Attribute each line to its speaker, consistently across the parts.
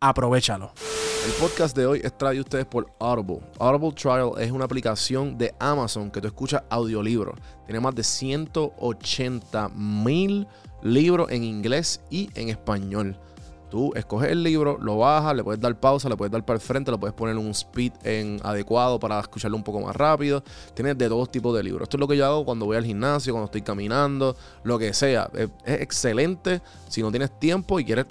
Speaker 1: aprovechalo.
Speaker 2: El podcast de hoy es traído a ustedes por Audible. Audible Trial es una aplicación de Amazon que tú escuchas audiolibros. Tiene más de 180 mil libros en inglés y en español. Tú escoges el libro, lo bajas, le puedes dar pausa, le puedes dar para el frente, le puedes poner un speed en adecuado para escucharlo un poco más rápido. Tienes de todos tipos de libros. Esto es lo que yo hago cuando voy al gimnasio, cuando estoy caminando, lo que sea. Es, es excelente si no tienes tiempo y quieres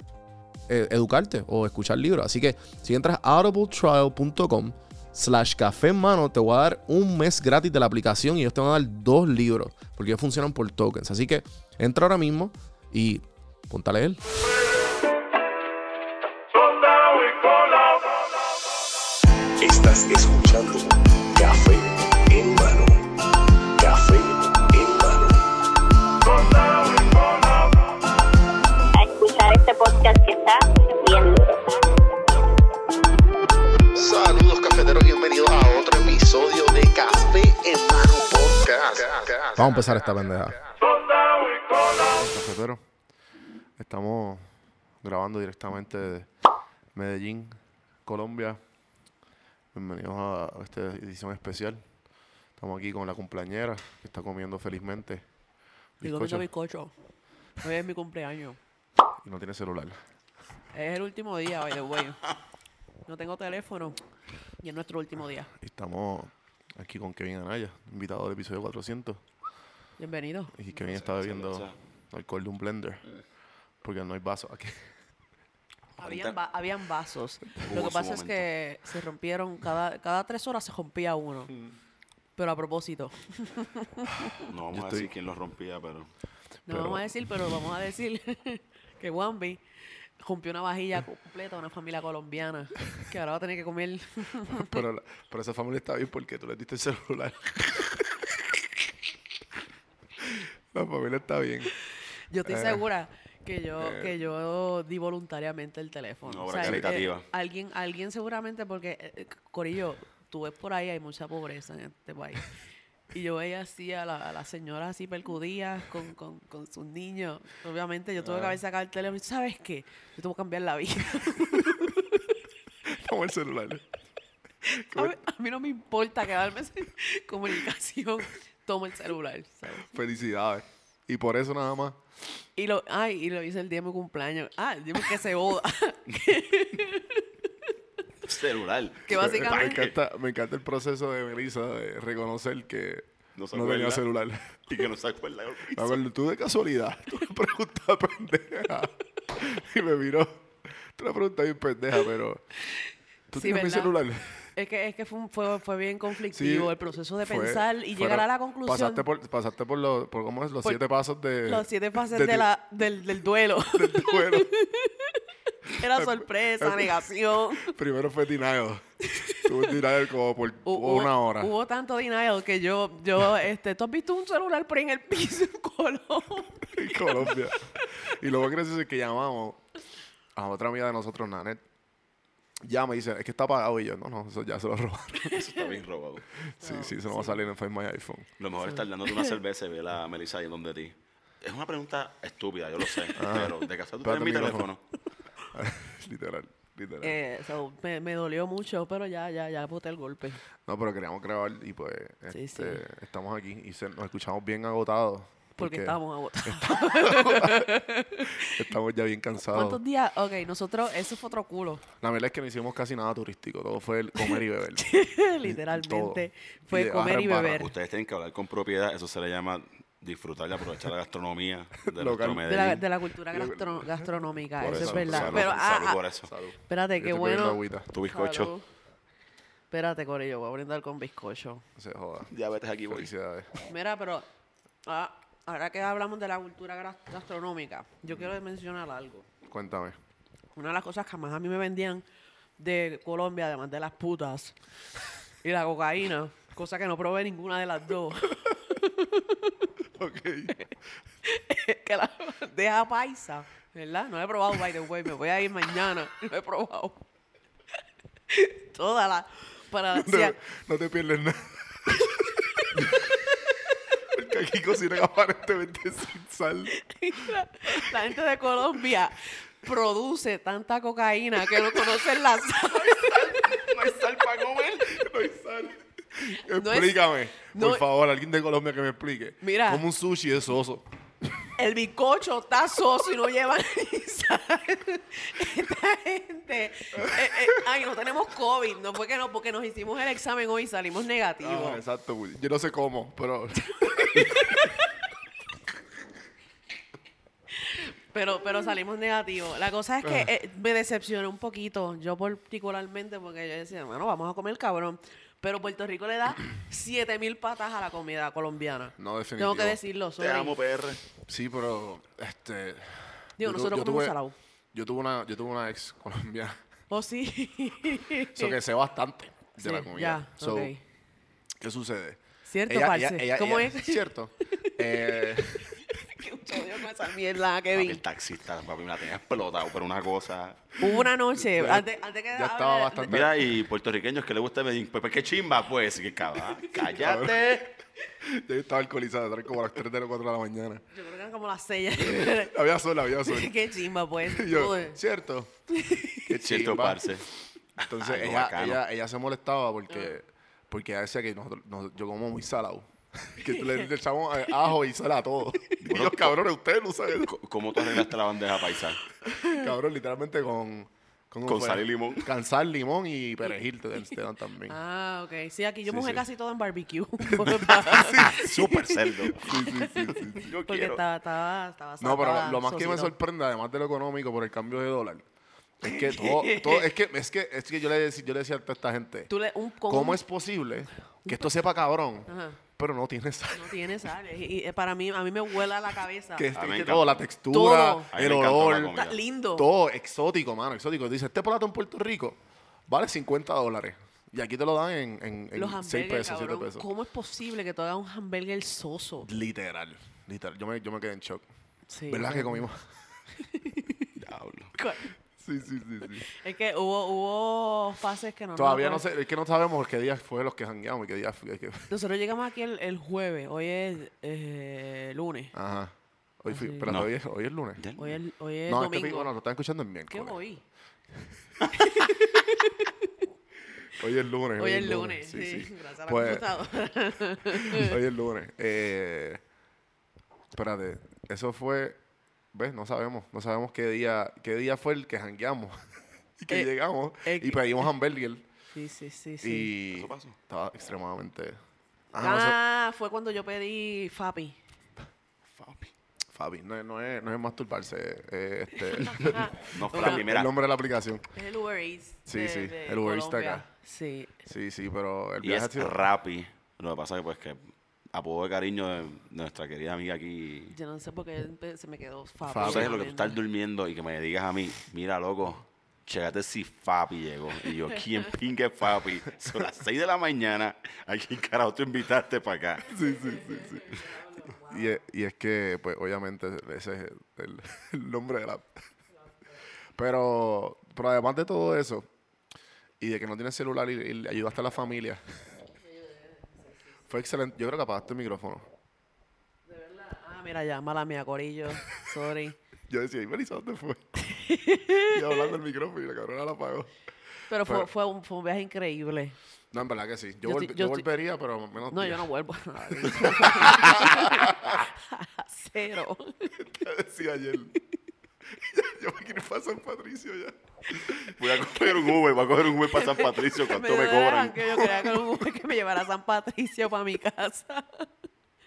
Speaker 2: eh, educarte o escuchar libros. Así que si entras a audibletrial.com slash café en mano, te voy a dar un mes gratis de la aplicación y ellos te van a dar dos libros porque ellos funcionan por tokens. Así que entra ahora mismo y ponte a leer.
Speaker 3: Estás escuchando Café en mano. Café en mano.
Speaker 4: a escuchar este podcast que está bien
Speaker 3: Saludos cafeteros, bienvenidos a otro episodio de Café en mano podcast.
Speaker 2: Vamos a empezar esta pendeja.
Speaker 5: Cafetero, estamos grabando directamente de Medellín, Colombia. Bienvenidos a esta edición especial. Estamos aquí con la cumpleañera que está comiendo felizmente.
Speaker 6: Estoy
Speaker 5: bizcocho,
Speaker 6: comiendo bizcocho. Hoy es mi cumpleaños.
Speaker 5: y no tiene celular.
Speaker 6: Es el último día, by the way. No tengo teléfono. Y es nuestro último día.
Speaker 5: Y estamos aquí con Kevin Anaya, invitado del episodio 400.
Speaker 6: Bienvenido.
Speaker 5: Y Kevin está bebiendo alcohol de un blender porque no hay vaso aquí.
Speaker 6: Habían, va- habían vasos. Lo que pasa es que se rompieron. Cada, cada tres horas se rompía uno. Pero a propósito.
Speaker 7: No vamos
Speaker 5: Yo
Speaker 7: a
Speaker 5: estoy-
Speaker 7: decir quién los rompía, pero
Speaker 6: No
Speaker 5: Pero-
Speaker 6: vamos a decir, pero vamos a decir que Wambi rompió una vajilla completa a una familia colombiana. Que ahora va a tener que comer.
Speaker 5: Pero, la- pero esa familia está bien porque tú le diste el celular. la familia está bien.
Speaker 6: Yo estoy
Speaker 5: Eh.
Speaker 6: segura que yo, que yo di voluntariamente el teléfono.
Speaker 7: Una obra
Speaker 6: eh,
Speaker 7: caritativa.
Speaker 6: alguien, alguien seguramente, porque, eh, eh, Corillo, tú ves por ahí, hay mucha pobreza en este país. Y yo veía así a la- a las señoras así percudidas con, con, con sus niños. Obviamente yo tuve que haber sacado el teléfono. y, ¿Sabes qué? Yo tengo que cambiar la vida.
Speaker 5: Toma el celular.
Speaker 6: a, mí, a mí no me importa quedarme sin comunicación. Tomo el celular, ¿sabes?
Speaker 5: Felicidades. Y por eso nada más.
Speaker 6: Y lo, ay, y lo hice el día de mi cumpleaños. Ah, el día que se boda.
Speaker 7: celular.
Speaker 6: que
Speaker 5: Me
Speaker 6: básicamente...
Speaker 5: encanta, me encanta el proceso de Melissa de reconocer que no,
Speaker 7: No se
Speaker 5: tenía
Speaker 7: acuerda.
Speaker 5: celular.
Speaker 7: Y que no se acuerda. de
Speaker 5: Me
Speaker 7: Ortiz.
Speaker 5: acuerdo, tú de casualidad, tú me preguntas pendeja. Y me miró. Tú una pregunta bien pendeja, pero. ¿Tú
Speaker 6: Sí,
Speaker 5: tienes mi
Speaker 6: ¿verdad?
Speaker 5: celular?
Speaker 6: Es que, es que fue, un- fue, fue bien conflictivo el proceso de
Speaker 5: fue-
Speaker 6: pensar y
Speaker 5: fueron-
Speaker 6: llegar a la conclusión.
Speaker 5: Pasaste por, pasaste por, los- por ¿cómo es? los
Speaker 6: Por
Speaker 5: siete pasos de.
Speaker 6: los siete fases
Speaker 5: de
Speaker 6: de
Speaker 5: tu-
Speaker 6: la, del, del duelo.
Speaker 5: del duelo.
Speaker 6: Era sorpresa, negación.
Speaker 5: Primero fue denial. Tuve denial como por
Speaker 6: Hu-
Speaker 5: una hora.
Speaker 6: Hubo tanto denial que yo, yo, este, ¿tú has visto un celular por ahí en el piso en Colón?
Speaker 5: en Colombia. Y lo más gracioso es que llamamos a otra amiga de nosotros, Nanet. Llama y dice, es que está apagado. Y yo, no, no, eso ya se lo robaron.
Speaker 7: Eso está bien robado.
Speaker 5: sí, sí, eso no va a salir en Find My iPhone.
Speaker 7: Lo mejor es estar dándote una cerveza y ver a Melissa ahí donde ti. Es una pregunta estúpida, yo lo sé. Pero de casa tú
Speaker 5: Ah.
Speaker 7: tienes
Speaker 5: Espérate
Speaker 7: mi
Speaker 5: el micrófono.
Speaker 7: teléfono.
Speaker 5: literal, literal.
Speaker 6: Eh, so, me, me dolió mucho, pero ya, ya, ya boté el golpe.
Speaker 5: No, pero queríamos grabar y pues
Speaker 6: Sí, sí.
Speaker 5: este, estamos aquí y se- nos escuchamos bien agotados.
Speaker 6: Porque estábamos agotados.
Speaker 5: Estamos ya bien cansados.
Speaker 6: ¿Cuántos días? Ok, nosotros, eso fue otro culo.
Speaker 5: La verdad es que no hicimos casi nada turístico. Todo fue el comer y beber.
Speaker 6: Literalmente.
Speaker 5: todo.
Speaker 6: Fue
Speaker 5: Y de
Speaker 6: comer
Speaker 5: barra
Speaker 6: y
Speaker 5: en barra.
Speaker 6: beber.
Speaker 7: Ustedes tienen que hablar con propiedad, eso se le llama disfrutar y aprovechar la gastronomía de
Speaker 5: Local.
Speaker 7: nuestro
Speaker 6: De la,
Speaker 7: Medellín.
Speaker 6: de la cultura gastro- gastronómica,
Speaker 7: Por
Speaker 6: eso, es
Speaker 7: eso,
Speaker 6: verdad.
Speaker 7: salud,
Speaker 6: Pero, ah,
Speaker 7: salud
Speaker 6: ah,
Speaker 7: por eso.
Speaker 5: Salud.
Speaker 6: espérate,
Speaker 5: Yo
Speaker 6: qué
Speaker 5: estoy bebiendo
Speaker 6: bueno.
Speaker 5: agüita.
Speaker 7: Tu bizcocho.
Speaker 6: Salud. Espérate, Corillo, voy a brindar con bizcocho.
Speaker 5: No se joda.
Speaker 7: Diabetes aquí, voy.
Speaker 5: Felicidades.
Speaker 6: Mira, pero ah, ahora que hablamos de la cultura gra- gastronómica, yo quiero mencionar algo.
Speaker 5: Cuéntame.
Speaker 6: Una de las cosas que más a mí me vendían de Colombia, además de las putas y la cocaína, cosa que no probé ninguna de las dos,
Speaker 5: Ok.
Speaker 6: que la deja paisa, ¿verdad? No he probado, by the way, me voy a ir mañana, no he probado. Toda la... Para, si a-
Speaker 5: no te pierdes nada. Porque aquí cocinan aparentemente sin sal.
Speaker 6: la, la gente de Colombia produce tanta cocaína que no conocen la sal.
Speaker 5: No hay sal para comer. No hay sal.
Speaker 6: No es-
Speaker 5: Explícame,
Speaker 6: no-
Speaker 5: por favor, alguien de Colombia que me explique.
Speaker 6: Mira.
Speaker 5: Como un sushi es oso.
Speaker 6: El bizcocho está soso y no lleva ni sal. Esta gente. eh, eh, ay, no tenemos COVID. No fue que no, porque nos hicimos el examen hoy y salimos negativos.
Speaker 5: Ah, exacto, Will. Yo no sé cómo, pero
Speaker 6: pero, pero salimos negativos. La cosa es que
Speaker 5: Ah.
Speaker 6: eh, me decepcioné un poquito. Yo particularmente, porque yo decía, bueno, vamos a comer cabrón. Pero Puerto Rico le da 7000 patas a la comida colombiana.
Speaker 5: No,
Speaker 6: Tengo que
Speaker 5: definitivo.
Speaker 6: decirlo.
Speaker 7: Te
Speaker 6: sorry.
Speaker 7: amo, PR.
Speaker 5: sí, pero este.
Speaker 6: Digo,
Speaker 5: yo tu-
Speaker 6: nosotros
Speaker 5: yo
Speaker 6: comemos
Speaker 5: tuve-
Speaker 6: salado.
Speaker 5: Yo tuve una, yo tuve una ex colombiana,
Speaker 6: Oh, sí.
Speaker 5: eso que sé bastante de
Speaker 6: Sí,
Speaker 5: la comida.
Speaker 6: ya,
Speaker 5: So,
Speaker 6: ok.
Speaker 5: ¿Qué sucede?
Speaker 6: Cierto,
Speaker 5: Ella-
Speaker 6: parce.
Speaker 5: ella- ella-
Speaker 6: ¿Cómo
Speaker 5: ella-
Speaker 6: es?
Speaker 5: Cierto. Eh,
Speaker 6: Qué mucho odio con esa mierda,
Speaker 7: Papi,
Speaker 6: Kevin.
Speaker 7: el taxista, papi, me la tenía explotado, pero una cosa.
Speaker 6: Hubo una noche, antes, antes que
Speaker 5: ya
Speaker 6: hable
Speaker 5: estaba
Speaker 6: de-
Speaker 5: bastante.
Speaker 7: Mira, y puertorriqueños que le gusta Medellín. Pues, pues, qué chimba, pues. Que cabrón, cállate.
Speaker 5: Yo estaba alcoholizada, eran como a las 3 de las 4 de la mañana.
Speaker 6: Yo creo que eran como las sellas.
Speaker 5: Había sol, había sol.
Speaker 6: Qué chimba, pues.
Speaker 5: Y yo,
Speaker 6: Joder.
Speaker 5: cierto. Qué
Speaker 7: Cierto,
Speaker 5: chimba.
Speaker 7: parce.
Speaker 5: Entonces
Speaker 7: Algo
Speaker 5: ella,
Speaker 7: bacano.
Speaker 5: ella, ella se molestaba porque,
Speaker 6: Ah.
Speaker 5: porque ella decía que nosotros- nos- yo como muy salado. Que le, le echamos eh, ajo y sal a todo. Y
Speaker 7: Bueno,
Speaker 5: los cabrones, ustedes no saben.
Speaker 7: C- ¿Cómo tú arreglaste la bandeja paisa?
Speaker 5: Cabrón, literalmente con... ¿cómo
Speaker 7: Con
Speaker 5: fue?
Speaker 7: sal y limón.
Speaker 5: Con sal, limón y perejil te, te dan también.
Speaker 6: Ah, ok. Sí, aquí yo
Speaker 5: Sí,
Speaker 6: mojé
Speaker 5: sí.
Speaker 6: casi todo en barbecue.
Speaker 7: Súper cerdo.
Speaker 5: Sí, sí, sí, sí, sí.
Speaker 7: Yo
Speaker 6: Porque
Speaker 7: quiero.
Speaker 6: estaba, estaba, estaba
Speaker 5: No, pero lo,
Speaker 6: estaba
Speaker 5: lo más que me
Speaker 6: sosito.
Speaker 5: sorprende, además de lo económico, por el cambio de dólar, es que todo, todo- es que, es que, es que yo le decía, yo le decía a toda esta gente,
Speaker 6: Tú le, un, con
Speaker 5: ¿cómo
Speaker 6: un-
Speaker 5: es posible que esto sepa cabrón?
Speaker 6: Ajá.
Speaker 5: Pero no tiene sal.
Speaker 6: No tiene sal. Y, y, eh, para mí, a mí me huela la cabeza.
Speaker 5: Que,
Speaker 6: Está
Speaker 5: que-
Speaker 7: Ah, me
Speaker 5: que
Speaker 7: encanta.
Speaker 5: todo, la textura,
Speaker 6: Todo.
Speaker 7: A mí
Speaker 5: el
Speaker 7: me encantó la
Speaker 5: olor,
Speaker 7: comida.
Speaker 6: lindo.
Speaker 5: todo exótico, mano, exótico. Dice, este plato en Puerto Rico vale 50 dólares. Y aquí te lo dan en, en, en
Speaker 6: Los
Speaker 5: 6
Speaker 6: hamburgues,
Speaker 5: pesos, 7
Speaker 6: cabrón.
Speaker 5: pesos.
Speaker 6: ¿Cómo es posible que tú hagas un hamburger soso?
Speaker 5: Literal, literal. Yo me, yo me quedé en shock.
Speaker 6: Sí.
Speaker 5: ¿Verdad que comimos?
Speaker 7: Diablo.
Speaker 5: sí, sí, sí, sí.
Speaker 6: Es que hubo, hubo fases que no nos
Speaker 5: Todavía no
Speaker 6: acordamos.
Speaker 5: sé, es que no sabemos qué días fue los que jangueamos y qué días fue. que-
Speaker 6: Nosotros llegamos aquí el, el jueves, hoy es eh, lunes,
Speaker 5: Ajá. Hoy, fui,
Speaker 6: Así.
Speaker 5: espérate,
Speaker 7: No.
Speaker 5: hoy, es, hoy es lunes.
Speaker 6: hoy Ah, es, hoy es
Speaker 5: no, este
Speaker 6: domingo.
Speaker 5: pico no, lo están escuchando en
Speaker 6: ¿Qué
Speaker 5: miércoles.
Speaker 6: hoy?
Speaker 5: Hoy es lunes.
Speaker 6: Hoy es lunes, sí, gracias a la
Speaker 5: Pues,
Speaker 6: computadora. Mm.
Speaker 5: hoy es lunes. Eh, espérate, eso fue. ¿Ves? No sabemos. No sabemos qué día, qué día fue el que jangueamos. y que
Speaker 6: Eh,
Speaker 5: llegamos
Speaker 6: eh,
Speaker 5: y pedimos hamburger.
Speaker 6: Sí, sí, sí, sí.
Speaker 5: Y
Speaker 7: ¿Eso pasó?
Speaker 5: estaba extremadamente. Ah,
Speaker 6: Ah, fue cuando yo pedí Fapi.
Speaker 5: no, Fabi, no, es- no es, no es masturbarse. eh, este,
Speaker 7: No fue la
Speaker 5: el
Speaker 7: primera.
Speaker 5: nombre de la aplicación.
Speaker 6: Es el Uber Eats.
Speaker 5: Sí,
Speaker 6: de-
Speaker 5: sí,
Speaker 6: de
Speaker 5: el Uber Eats está
Speaker 6: Colombia.
Speaker 5: acá.
Speaker 6: Sí.
Speaker 5: Sí, sí, pero el
Speaker 7: Y
Speaker 5: viaje ha
Speaker 7: es
Speaker 5: sido-
Speaker 7: Rappi. Lo que pasa es que, pues, que apodo de cariño de nuestra querida amiga aquí.
Speaker 6: Yo no sé por qué empe- se me quedó Fapi.
Speaker 5: Fapi.
Speaker 7: Tú sabes lo que tú
Speaker 6: obviamente.
Speaker 7: estás durmiendo y que me digas a mí, mira, loco, chécate si Fapi llegó. Y yo, ¿quién pingue Fapi? Son las 6 de la mañana. ¿A quién carajo tú invitaste para acá?
Speaker 5: Sí, sí, sí, sí. Y es, y es que, pues, obviamente, ese es el, el nombre de la... Pero, pero además de todo eso, y de que no tienes celular y, y le ayudaste a la familia, fue excelente. Yo creo que apagaste el micrófono.
Speaker 6: Ah, mira ya, mala mía, Corillo. Sorry.
Speaker 5: Yo decía, ¿y Melissa dónde fue? y hablando el micrófono y la cabrona la apagó.
Speaker 6: Pero fue,
Speaker 5: Pero-
Speaker 6: fue, un, fue un viaje increíble.
Speaker 5: No, en verdad que sí.
Speaker 6: Yo
Speaker 5: Yo,
Speaker 6: estoy-
Speaker 5: volv-
Speaker 6: yo
Speaker 5: yo
Speaker 6: estoy-
Speaker 5: volvería, pero menos...
Speaker 6: No, yo
Speaker 5: días.
Speaker 6: no vuelvo. Cero.
Speaker 5: Te decía ayer. yo me quiero pasar San Patricio ya.
Speaker 7: Voy a coger un Uber, voy a coger un Uber para San Patricio, ¿cuánto me
Speaker 6: dejaron
Speaker 7: cobran?
Speaker 6: Que yo quería que, un Uber que me llevara a San Patricio para mi casa.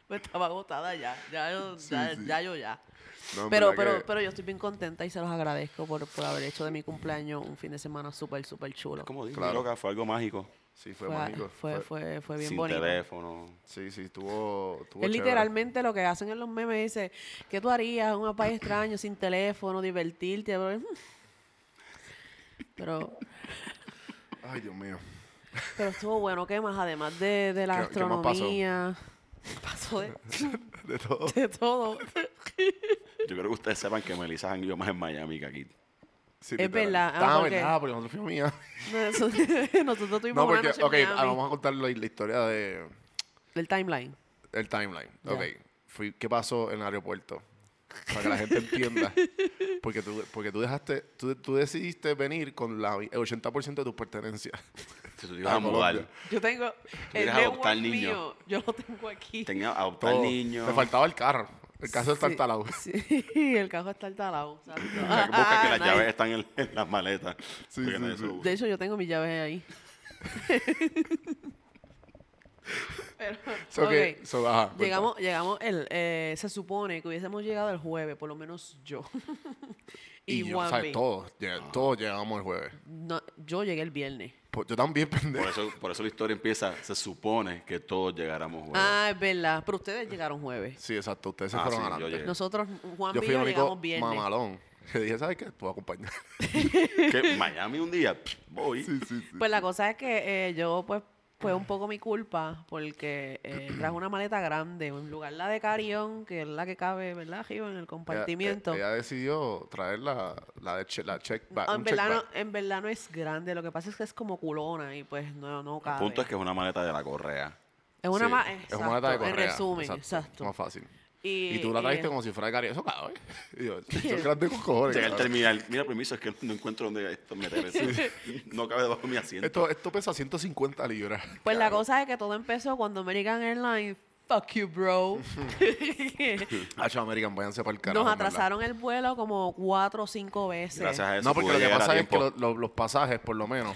Speaker 6: Pues estaba agotada ya. Ya yo ya,
Speaker 5: sí.
Speaker 6: ya yo ya.
Speaker 5: No, en
Speaker 6: Pero,
Speaker 5: verdad
Speaker 6: pero,
Speaker 5: que-
Speaker 6: pero yo estoy bien contenta y se los agradezco por, por haber hecho de mi cumpleaños un fin de semana súper, súper chulo.
Speaker 7: Como digo,
Speaker 5: Claro.
Speaker 7: loca, fue algo mágico.
Speaker 5: Sí, fue,
Speaker 6: Fue,
Speaker 5: mágico.
Speaker 6: fue, fue, fue bien
Speaker 7: Sin
Speaker 6: bonito.
Speaker 7: teléfono.
Speaker 5: Sí, sí, estuvo, estuvo
Speaker 6: Es
Speaker 5: chévere.
Speaker 6: literalmente lo que hacen en los memes. Dice, ¿qué tú harías en un país extraño, sin teléfono, divertirte? Pero, pero,
Speaker 5: Ay, Dios mío.
Speaker 6: pero estuvo bueno. ¿Qué más? Además de, de la
Speaker 5: ¿Qué- qué más pasó?
Speaker 6: astronomía. Pasó de,
Speaker 5: De todo.
Speaker 6: de todo.
Speaker 7: Yo creo que ustedes sepan que Melissa y yo más en Miami que aquí.
Speaker 5: Sí,
Speaker 6: Es
Speaker 5: literal.
Speaker 6: verdad, ah,
Speaker 5: Estaba
Speaker 6: porque-
Speaker 5: velada porque nosotros fuimos mía.
Speaker 6: Nosotros, nosotros tuvimos
Speaker 5: No,
Speaker 6: una
Speaker 5: porque,
Speaker 6: noche en
Speaker 5: ok, ah,
Speaker 6: Miami
Speaker 5: vamos a contar la, la historia de,
Speaker 6: del timeline.
Speaker 5: el timeline.
Speaker 6: Ya.
Speaker 5: Ok, fui- ¿qué pasó en el aeropuerto? Para que la gente entienda. Porque tú, porque tú dejaste, tú, tú decidiste venir con la, el 80% de tus pertenencias.
Speaker 7: Si tú te ibas a
Speaker 5: Ah, Colombia.
Speaker 7: mudar,
Speaker 6: Yo tengo el
Speaker 7: quieres adoptar
Speaker 6: network
Speaker 7: niño.
Speaker 6: mío, yo lo tengo aquí.
Speaker 7: tenía a adoptar
Speaker 5: Todo.
Speaker 7: niños.
Speaker 5: Me Oh, faltaba el carro. El caso está
Speaker 6: Sí,
Speaker 5: instalado.
Speaker 6: Sí, el cajo está talado. exacto.
Speaker 7: Busca que
Speaker 6: Ah,
Speaker 7: las
Speaker 6: nice.
Speaker 7: llaves están en, en las maletas.
Speaker 5: Sí,
Speaker 7: Porque
Speaker 5: sí,
Speaker 7: nadie se
Speaker 5: sí.
Speaker 7: lo usa.
Speaker 6: De hecho, yo tengo mis llaves ahí. Pero,
Speaker 5: So, que-
Speaker 6: ok.
Speaker 5: so, ajá, cuenta.
Speaker 6: Llegamos, llegamos el, eh, se supone que hubiésemos llegado el jueves, por lo menos yo.
Speaker 5: Y, yo, o sea,
Speaker 6: Juanpi.
Speaker 5: todos, lleg- todos llegamos el jueves.
Speaker 6: No, yo llegué el viernes.
Speaker 5: Pues yo también,
Speaker 7: Por
Speaker 5: pendejo.
Speaker 7: eso, por eso la historia empieza. Se supone que todos llegáramos jueves.
Speaker 6: Ah, es verdad. Pero ustedes llegaron jueves.
Speaker 5: Sí, exacto. Ustedes se
Speaker 7: Ah,
Speaker 5: fueron
Speaker 7: sí, yo
Speaker 5: adelante.
Speaker 7: llegué.
Speaker 6: Nosotros, Juan
Speaker 5: Yo
Speaker 6: y
Speaker 5: fui el
Speaker 6: yo
Speaker 5: único
Speaker 6: llegamos viernes.
Speaker 5: mamalón. Que dije, ¿sabes qué? Te voy a acompañar.
Speaker 7: Que Miami un día, pff, voy.
Speaker 5: sí, sí, sí.
Speaker 6: Pues la cosa es que eh, yo, pues, fue un poco mi culpa porque eh, traje una maleta grande. En lugar la de Carión, que es la que cabe, ¿verdad, Givo? En el
Speaker 5: Ella-
Speaker 6: compartimiento.
Speaker 5: e-, Ella, decidió traer la, la de che- la check back.
Speaker 6: Ah,
Speaker 5: un
Speaker 6: en,
Speaker 5: check
Speaker 6: verdad
Speaker 5: back.
Speaker 6: no, en verdad no es grande, lo que pasa es que es como culona y pues no, no
Speaker 7: El
Speaker 6: cabe.
Speaker 7: punto es que es una maleta de la correa.
Speaker 6: Es una
Speaker 5: Sí,
Speaker 6: ma-
Speaker 5: es una maleta de
Speaker 6: exacto,
Speaker 5: correa.
Speaker 6: En resumen,
Speaker 5: exacto,
Speaker 6: exacto.
Speaker 5: Más fácil.
Speaker 6: Y,
Speaker 5: Y tú la
Speaker 6: y-
Speaker 5: trajiste como si fuera de Caribe. Eso cabe. ¿eh? Y yo, eso es grande con cojones.
Speaker 7: Llegué al
Speaker 5: cabrón.
Speaker 7: terminal. Mira, permiso, es que no encuentro dónde esto meter eso. No cabe debajo de mi asiento.
Speaker 5: Esto, esto pesa 150 libras.
Speaker 6: Pues la cosa es que todo empezó cuando American Airlines, fuck you, bro.
Speaker 5: Hacho, Ah, American, váyanse para el carajo.
Speaker 6: Nos
Speaker 5: en verdad.
Speaker 6: atrasaron el vuelo como cuatro o cinco veces.
Speaker 7: Gracias a eso.
Speaker 5: No, porque
Speaker 7: pude
Speaker 5: lo que
Speaker 7: llegar a
Speaker 5: pasa es que
Speaker 7: tiempo.
Speaker 5: lo- lo- los pasajes, por lo menos,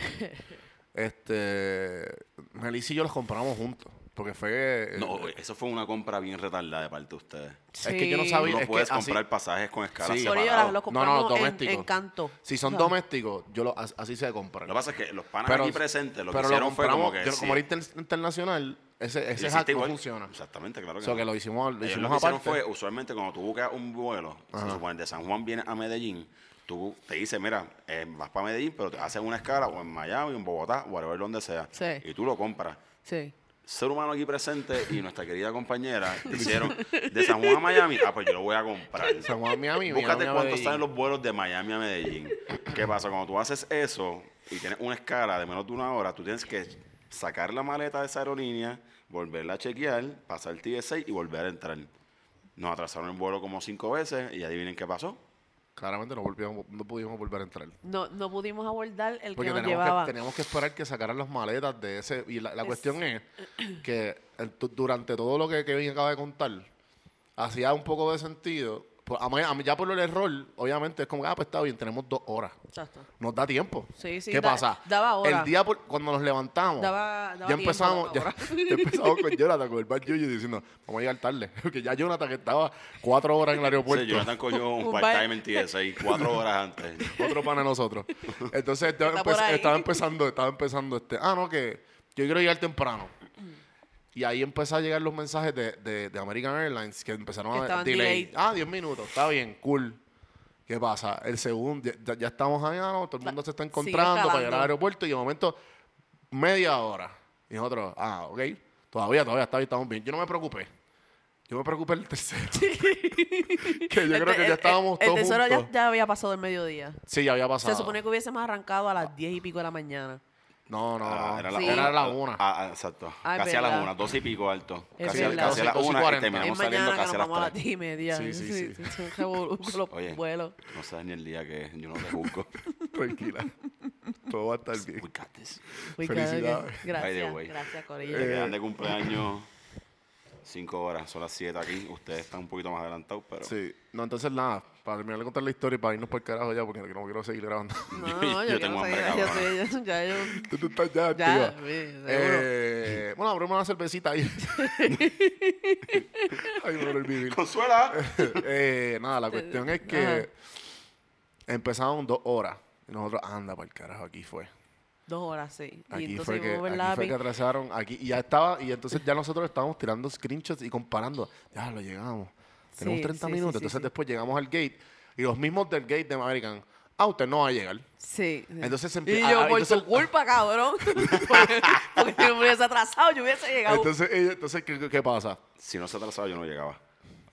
Speaker 5: este. Melissa y yo los compramos juntos. Porque fue.
Speaker 7: No, eso fue una compra bien retardada de parte de ustedes.
Speaker 5: es que yo no
Speaker 6: Sí.
Speaker 7: Tú
Speaker 5: sabía.
Speaker 7: no
Speaker 5: es que
Speaker 7: puedes
Speaker 5: así-
Speaker 7: comprar pasajes con escalas
Speaker 5: Sí.
Speaker 6: Por ello, lo
Speaker 7: separadas. Lo...
Speaker 5: No, no,
Speaker 6: compramos en,
Speaker 5: domésticos.
Speaker 6: en canto.
Speaker 5: Si son
Speaker 6: O sea,
Speaker 5: domésticos, yo lo, as- así se compran.
Speaker 7: que pasa es que los panas aquí presentes lo que
Speaker 5: pero
Speaker 7: hicieron fue como
Speaker 5: compramos,
Speaker 7: que...
Speaker 5: yo-
Speaker 7: sí,
Speaker 5: como era inter- internacional, ese,
Speaker 7: lo
Speaker 5: ese
Speaker 7: hiciste
Speaker 5: hack no
Speaker 7: igual.
Speaker 5: funciona.
Speaker 7: Exactamente, claro
Speaker 5: O
Speaker 7: que
Speaker 5: sea,
Speaker 7: no.
Speaker 5: que lo hicimos, lo
Speaker 7: Ellos
Speaker 5: hicimos
Speaker 7: lo que hicieron
Speaker 5: aparte.
Speaker 7: fue, usualmente cuando tú buscas un vuelo, se supone de San Juan vienes a Medellín, tú te dices, mira, eh, vas para Medellín, pero te hacen una escala o en Miami, o en Bogotá, whatever, donde sea.
Speaker 6: Sí.
Speaker 7: Y tú lo compras.
Speaker 6: Sí.
Speaker 7: Ser humano aquí presente y nuestra querida compañera hicieron de San Juan a Miami, ah, pues yo lo voy a comprar.
Speaker 5: San Juan, Miami,
Speaker 7: Eh, Búscate
Speaker 5: Miami a
Speaker 7: cuánto
Speaker 5: Medellín.
Speaker 7: salen los vuelos de Miami a Medellín. ¿Qué pasa? Cuando tú haces eso y tienes una escala de menos de una hora, tú tienes que sacar la maleta de esa aerolínea, volverla a chequear, pasar el TSA y volver a entrar. Nos atrasaron el vuelo como cinco veces y adivinen qué pasó.
Speaker 5: Claramente no, volvíamos- no pudimos volver a entrar.
Speaker 6: No, no pudimos abordar el
Speaker 5: Porque
Speaker 6: que nos
Speaker 5: teníamos
Speaker 6: llevaba.
Speaker 5: que, teníamos que esperar que sacaran las maletas de ese. Y la, la
Speaker 6: Es-
Speaker 5: cuestión es que el- tu- durante todo lo que Kevin acaba de contar, hacía un poco de sentido. Por- a mí- a mí ya por el error, obviamente, es como, ah, pues está bien, tenemos dos horas.
Speaker 6: Exacto.
Speaker 5: Nos da tiempo.
Speaker 6: Sí, sí,
Speaker 5: ¿Qué
Speaker 6: da-
Speaker 5: pasa?
Speaker 6: daba hora.
Speaker 5: El día por- cuando nos levantamos,
Speaker 6: Daba- daba
Speaker 5: ya
Speaker 6: tiempo, daba
Speaker 5: empezamos, ya,
Speaker 6: hora.
Speaker 5: ya empezamos con Jonathan, con el Bad Yuyu, diciendo, vamos a llegar tarde. Porque ya Jonathan que estaba cuatro horas en el aeropuerto.
Speaker 7: Sí, Jonathan cogió un
Speaker 6: Un
Speaker 7: part-time en TSA cuatro horas antes.
Speaker 5: Otro pan a nosotros. Entonces estaba,
Speaker 6: Está por
Speaker 5: empe-
Speaker 6: ahí.
Speaker 5: estaba empezando, estaba empezando este, ah, no, que yo quiero llegar temprano. Y ahí empezó a llegar los mensajes de, de- de American Airlines que empezaron
Speaker 6: Que
Speaker 5: a
Speaker 6: estaban
Speaker 5: delay.
Speaker 6: delayed.
Speaker 5: Ah, 10 minutos, está bien, cool. ¿Qué pasa? El segundo, ya, ya estamos allá, ¿no? todo el mundo se está
Speaker 6: Sigue
Speaker 5: encontrando para llegar
Speaker 6: calando.
Speaker 5: al aeropuerto y de momento media hora. Y nosotros, ah, ok, todavía, todavía está bien, estamos bien. Yo no me preocupé. Yo me preocupé el tercero. que yo
Speaker 6: El
Speaker 5: creo
Speaker 6: te-
Speaker 5: que
Speaker 6: el-
Speaker 5: ya estábamos
Speaker 6: El, el
Speaker 5: todos
Speaker 6: tesoro
Speaker 5: juntos.
Speaker 6: ya, ya había pasado el mediodía.
Speaker 5: Sí, ya había pasado.
Speaker 6: Se supone que hubiésemos arrancado a las diez y pico de la mañana.
Speaker 5: No, no,
Speaker 7: Ah,
Speaker 5: no.
Speaker 7: Era la
Speaker 6: Sí.
Speaker 7: una.
Speaker 5: Era la una.
Speaker 7: Ah, ah, exacto.
Speaker 6: Ah, es
Speaker 7: casi a
Speaker 6: verdad.
Speaker 7: las una, dos y pico alto.
Speaker 6: Es
Speaker 7: Casi, a-
Speaker 6: verdad.
Speaker 7: casi a las
Speaker 5: Dos y- dos y
Speaker 7: una y
Speaker 5: cuarenta.
Speaker 7: terminamos
Speaker 6: es
Speaker 7: saliendo
Speaker 6: mañana que
Speaker 7: casi
Speaker 6: nos
Speaker 7: a las
Speaker 6: vamos a las
Speaker 7: tres.
Speaker 6: diez y media.
Speaker 5: Sí, sí, sí.
Speaker 6: es un revolú con los
Speaker 7: Oye.
Speaker 6: vuelos.
Speaker 7: No sabes ni el día que es, yo no te juzgo.
Speaker 5: Tranquila. Todo va a estar bien.
Speaker 7: We got this.
Speaker 6: Uy, claro que-
Speaker 5: Felicidades.
Speaker 7: By the
Speaker 6: Gracias,
Speaker 7: way.
Speaker 6: gracias,
Speaker 7: Te
Speaker 6: Corillo.
Speaker 7: quedan de cumpleaños Cinco horas, son las siete aquí. Ustedes están un poquito más adelantados, pero.
Speaker 5: Sí. No, entonces nada, para terminar de contar la historia y para irnos por el carajo ya, porque no quiero seguir grabando.
Speaker 6: No,
Speaker 7: Yo-
Speaker 6: no, yo,
Speaker 7: yo
Speaker 6: quiero
Speaker 7: tengo
Speaker 6: seguir.
Speaker 7: hambre,
Speaker 6: yo
Speaker 7: cabrón.
Speaker 6: sé, yo- ya yo-
Speaker 5: Tú estás ya,
Speaker 6: Ya,
Speaker 5: activa.
Speaker 6: sí, seguro.
Speaker 5: Eh, bueno, abrimos una cervecita ahí. Ay, me el vivir.
Speaker 7: ¡Consuela!
Speaker 5: Eh, nada, la cuestión es
Speaker 6: Ajá.
Speaker 5: que empezaron dos horas. Y nosotros, anda, para el carajo, aquí fue.
Speaker 6: Dos horas, sí. Y
Speaker 5: Aquí
Speaker 6: entonces
Speaker 5: fue, que,
Speaker 6: hubo el
Speaker 5: aquí fue que
Speaker 6: lápiz.
Speaker 5: atrasaron. Aquí, y ya estaba, y entonces ya nosotros estábamos tirando screenshots y comparando. Ya lo llegamos. Tenemos
Speaker 6: Sí,
Speaker 5: 30
Speaker 6: sí, sí,
Speaker 5: minutos.
Speaker 6: sí,
Speaker 5: entonces
Speaker 6: sí.
Speaker 5: después llegamos al gate. Y los mismos del gate de American, ah, usted no va a llegar.
Speaker 6: Sí. sí.
Speaker 5: Entonces se
Speaker 6: Y
Speaker 5: empie-
Speaker 6: yo,
Speaker 5: ah, ah,
Speaker 6: por
Speaker 5: entonces-
Speaker 6: tu culpa, cabrón. porque, porque si me hubiese atrasado, yo hubiese llegado.
Speaker 5: Entonces, ella- entonces ¿qué, qué- qué pasa?
Speaker 7: Si no se atrasaba, yo no llegaba.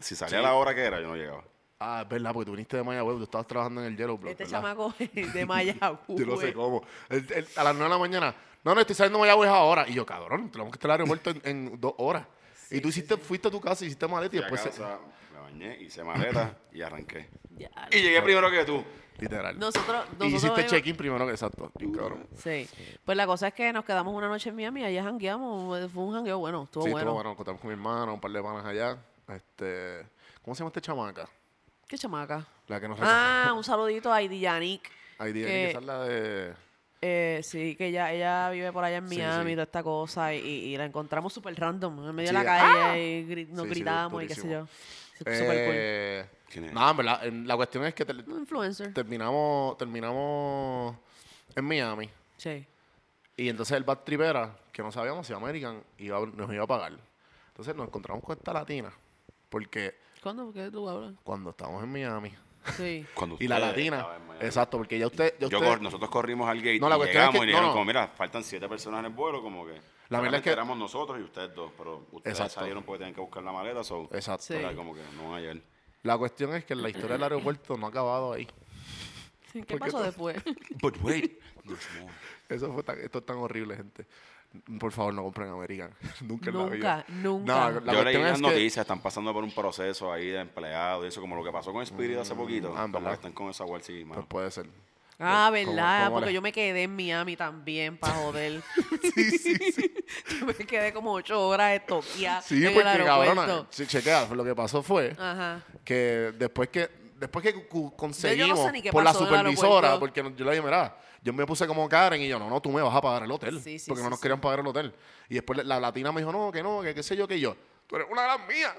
Speaker 7: Si salía a la hora que era, yo no llegaba.
Speaker 5: Ah, es verdad, porque tú viniste de Mayagüez, tú estabas trabajando en el Yellow Block.
Speaker 6: este
Speaker 5: ¿verdad?
Speaker 6: chamaco de Mayagüez.
Speaker 5: Yo no sé cómo. El- el- a las 9 de la mañana. No, no, estoy saliendo de Mayagüez ahora. Y yo, cabrón, tenemos que estar al aeropuerto en, en dos horas. y tú hiciste, fuiste a tu casa, hiciste maleta
Speaker 7: Fui
Speaker 5: y
Speaker 7: a
Speaker 5: después... se-
Speaker 7: casa, me bañé, hice maleta y arranqué.
Speaker 6: Ya,
Speaker 7: Y llegué primero que tú.
Speaker 5: literal.
Speaker 6: Nosotros,
Speaker 5: y
Speaker 6: nosotros
Speaker 5: hiciste
Speaker 6: venimos-
Speaker 5: check-in primero que exacto. Bien cabrón.
Speaker 6: Sí. Pues la cosa es que nos quedamos una noche en Miami, allá jangueamos, fue un jangueo bueno, estuvo
Speaker 5: sí,
Speaker 6: bueno.
Speaker 5: estuvo bueno. Contamos con mi hermano, un par de panas allá. Este, ¿Cómo se llama este chamaca?
Speaker 6: Qué chamaca.
Speaker 5: La que nos
Speaker 6: Ah, un saludito a Heidi Yannick.
Speaker 5: Ahí dije
Speaker 6: que-
Speaker 5: que esa es la de...
Speaker 6: Eh, sí, que ella, ella vive por allá en
Speaker 5: Sí,
Speaker 6: Miami,
Speaker 5: sí.
Speaker 6: toda esta cosa, y, y- y la encontramos súper random, en medio
Speaker 5: Sí, ¡Ah!
Speaker 6: de la calle, y gri- nos
Speaker 5: Sí, sí,
Speaker 6: gritamos y qué sé yo.
Speaker 5: durísimo.
Speaker 6: Súper
Speaker 5: Eh,
Speaker 7: ¿Quién es?
Speaker 5: Nada, en verdad, en- la cuestión es que te-
Speaker 6: cool. Un influencer.
Speaker 5: terminamos, terminamos en Miami.
Speaker 6: Sí.
Speaker 5: Y entonces el Bad Tripera, que no sabíamos si American iba, a- nos iba a pagar. Entonces nos encontramos con esta latina. Porque
Speaker 6: ¿Cuándo? ¿Por qué tú hablas?
Speaker 5: cuando estábamos en Miami.
Speaker 6: Sí.
Speaker 7: Cuando
Speaker 5: Y la
Speaker 7: ustedes
Speaker 5: latina.
Speaker 7: estaban en Miami.
Speaker 5: Exacto, porque ya usted. Ya
Speaker 7: Yo
Speaker 5: usted-
Speaker 7: cor- nosotros corrimos al gate
Speaker 5: No, la
Speaker 7: y
Speaker 5: cuestión es
Speaker 7: llegamos
Speaker 5: que-
Speaker 7: y dijeron
Speaker 5: no, no.
Speaker 7: como, mira, faltan siete personas en el vuelo, como que
Speaker 5: La verdad es que-
Speaker 7: solamente éramos nosotros y ustedes dos, pero ustedes
Speaker 5: Exacto.
Speaker 7: salieron porque tenían que buscar la maleta, so,
Speaker 5: Exacto.
Speaker 6: Sí.
Speaker 7: era como que no van a llegar.
Speaker 5: La cuestión es que la historia del aeropuerto no ha acabado ahí.
Speaker 6: ¿Qué
Speaker 5: ¿Por qué
Speaker 6: pasó
Speaker 5: tú-
Speaker 6: después?
Speaker 7: But wait, there's more.
Speaker 5: Eso fue tan- esto es tan horrible, gente. Por favor, no compren American. nunca en la
Speaker 6: Nunca,
Speaker 5: vida.
Speaker 6: nunca.
Speaker 5: No, la
Speaker 7: Yo leí
Speaker 5: cuestión
Speaker 7: las
Speaker 5: es que
Speaker 7: noticias, están pasando por un proceso ahí de empleados y eso, como lo que pasó con Spirit hace poquito,
Speaker 5: ah,
Speaker 7: como
Speaker 5: en verdad.
Speaker 7: que están con esa igual, sí,
Speaker 5: Pues
Speaker 7: mano.
Speaker 5: puede ser.
Speaker 6: Ah,
Speaker 5: ¿Cómo-
Speaker 6: verdad,
Speaker 5: cómo
Speaker 6: porque
Speaker 5: la-
Speaker 6: yo me quedé en Miami también, para joder.
Speaker 5: Sí, sí, sí.
Speaker 6: yo me quedé como ocho horas estoqueada
Speaker 5: Sí,
Speaker 6: en el
Speaker 5: porque
Speaker 6: aeropuerto. Ah.
Speaker 5: cabrona. sí, Chequea, lo que pasó fue.
Speaker 6: Ajá.
Speaker 5: que después que después que cu- cu-
Speaker 6: yo
Speaker 5: conseguimos
Speaker 6: no sé ni qué
Speaker 5: por la
Speaker 6: pasó en el
Speaker 5: supervisora,
Speaker 6: aeropuerto.
Speaker 5: porque no- yo le dije, mira, yo me puse como Karen y yo, no, no, tú me vas a pagar el hotel,
Speaker 6: Sí, sí,
Speaker 5: porque
Speaker 6: sí,
Speaker 5: no nos
Speaker 6: sí.
Speaker 5: querían pagar el hotel. Y después la- la latina me dijo, no, que no, que qué sé yo, que yo, tú eres una de las mías,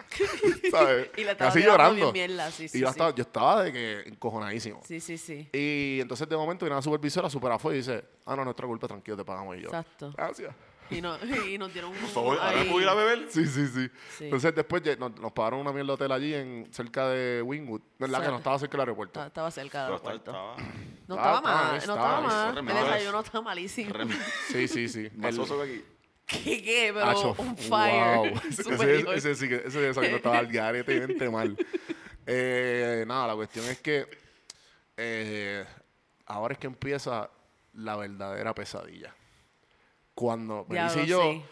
Speaker 5: ¿sabes?
Speaker 6: Y la estaba
Speaker 5: Casi
Speaker 6: tirando
Speaker 5: llorando.
Speaker 6: bien mierda, sí,
Speaker 5: y
Speaker 6: sí,
Speaker 5: yo
Speaker 6: sí.
Speaker 5: estaba, yo estaba de que encojonadísimo.
Speaker 6: Sí, sí, sí.
Speaker 5: Y entonces de momento viene la supervisora, super afuera y dice, ah, no, nuestra culpa, tranquilo, te pagamos. Y yo,
Speaker 6: Exacto.
Speaker 5: gracias.
Speaker 6: Y, no, y nos dieron un...
Speaker 7: Por favor, ¿ahora
Speaker 6: ahí-
Speaker 7: puedo ir a beber?
Speaker 5: Sí, sí, sí,
Speaker 6: Sí.
Speaker 5: Entonces después ye- nos, nos pagaron una mierda de hotel allí en, cerca de Wingwood, ¿verdad? Que
Speaker 6: Exacto.
Speaker 5: no estaba cerca del aeropuerto.
Speaker 6: Ah, Estaba cerca del
Speaker 7: Pero estaba-
Speaker 6: aeropuerto.
Speaker 7: estaba
Speaker 6: No
Speaker 5: Ah,
Speaker 6: estaba mal,
Speaker 5: está,
Speaker 6: no
Speaker 5: está,
Speaker 6: estaba mal.
Speaker 7: está
Speaker 6: El
Speaker 7: remado.
Speaker 6: desayuno estaba malísimo.
Speaker 7: rem-
Speaker 5: Sí, sí, sí.
Speaker 7: más
Speaker 5: El-
Speaker 7: oso que aquí.
Speaker 6: ¿Qué, qué? Pero
Speaker 5: Acho,
Speaker 6: un fire.
Speaker 5: wow. ese,
Speaker 6: superior.
Speaker 5: ese sí que ese desayuno estaba al garete y vente mal. Eh, nada, la cuestión es que eh, ahora es que empieza la verdadera pesadilla. Cuando Melissa
Speaker 6: Diablo,
Speaker 5: y yo...
Speaker 6: sí.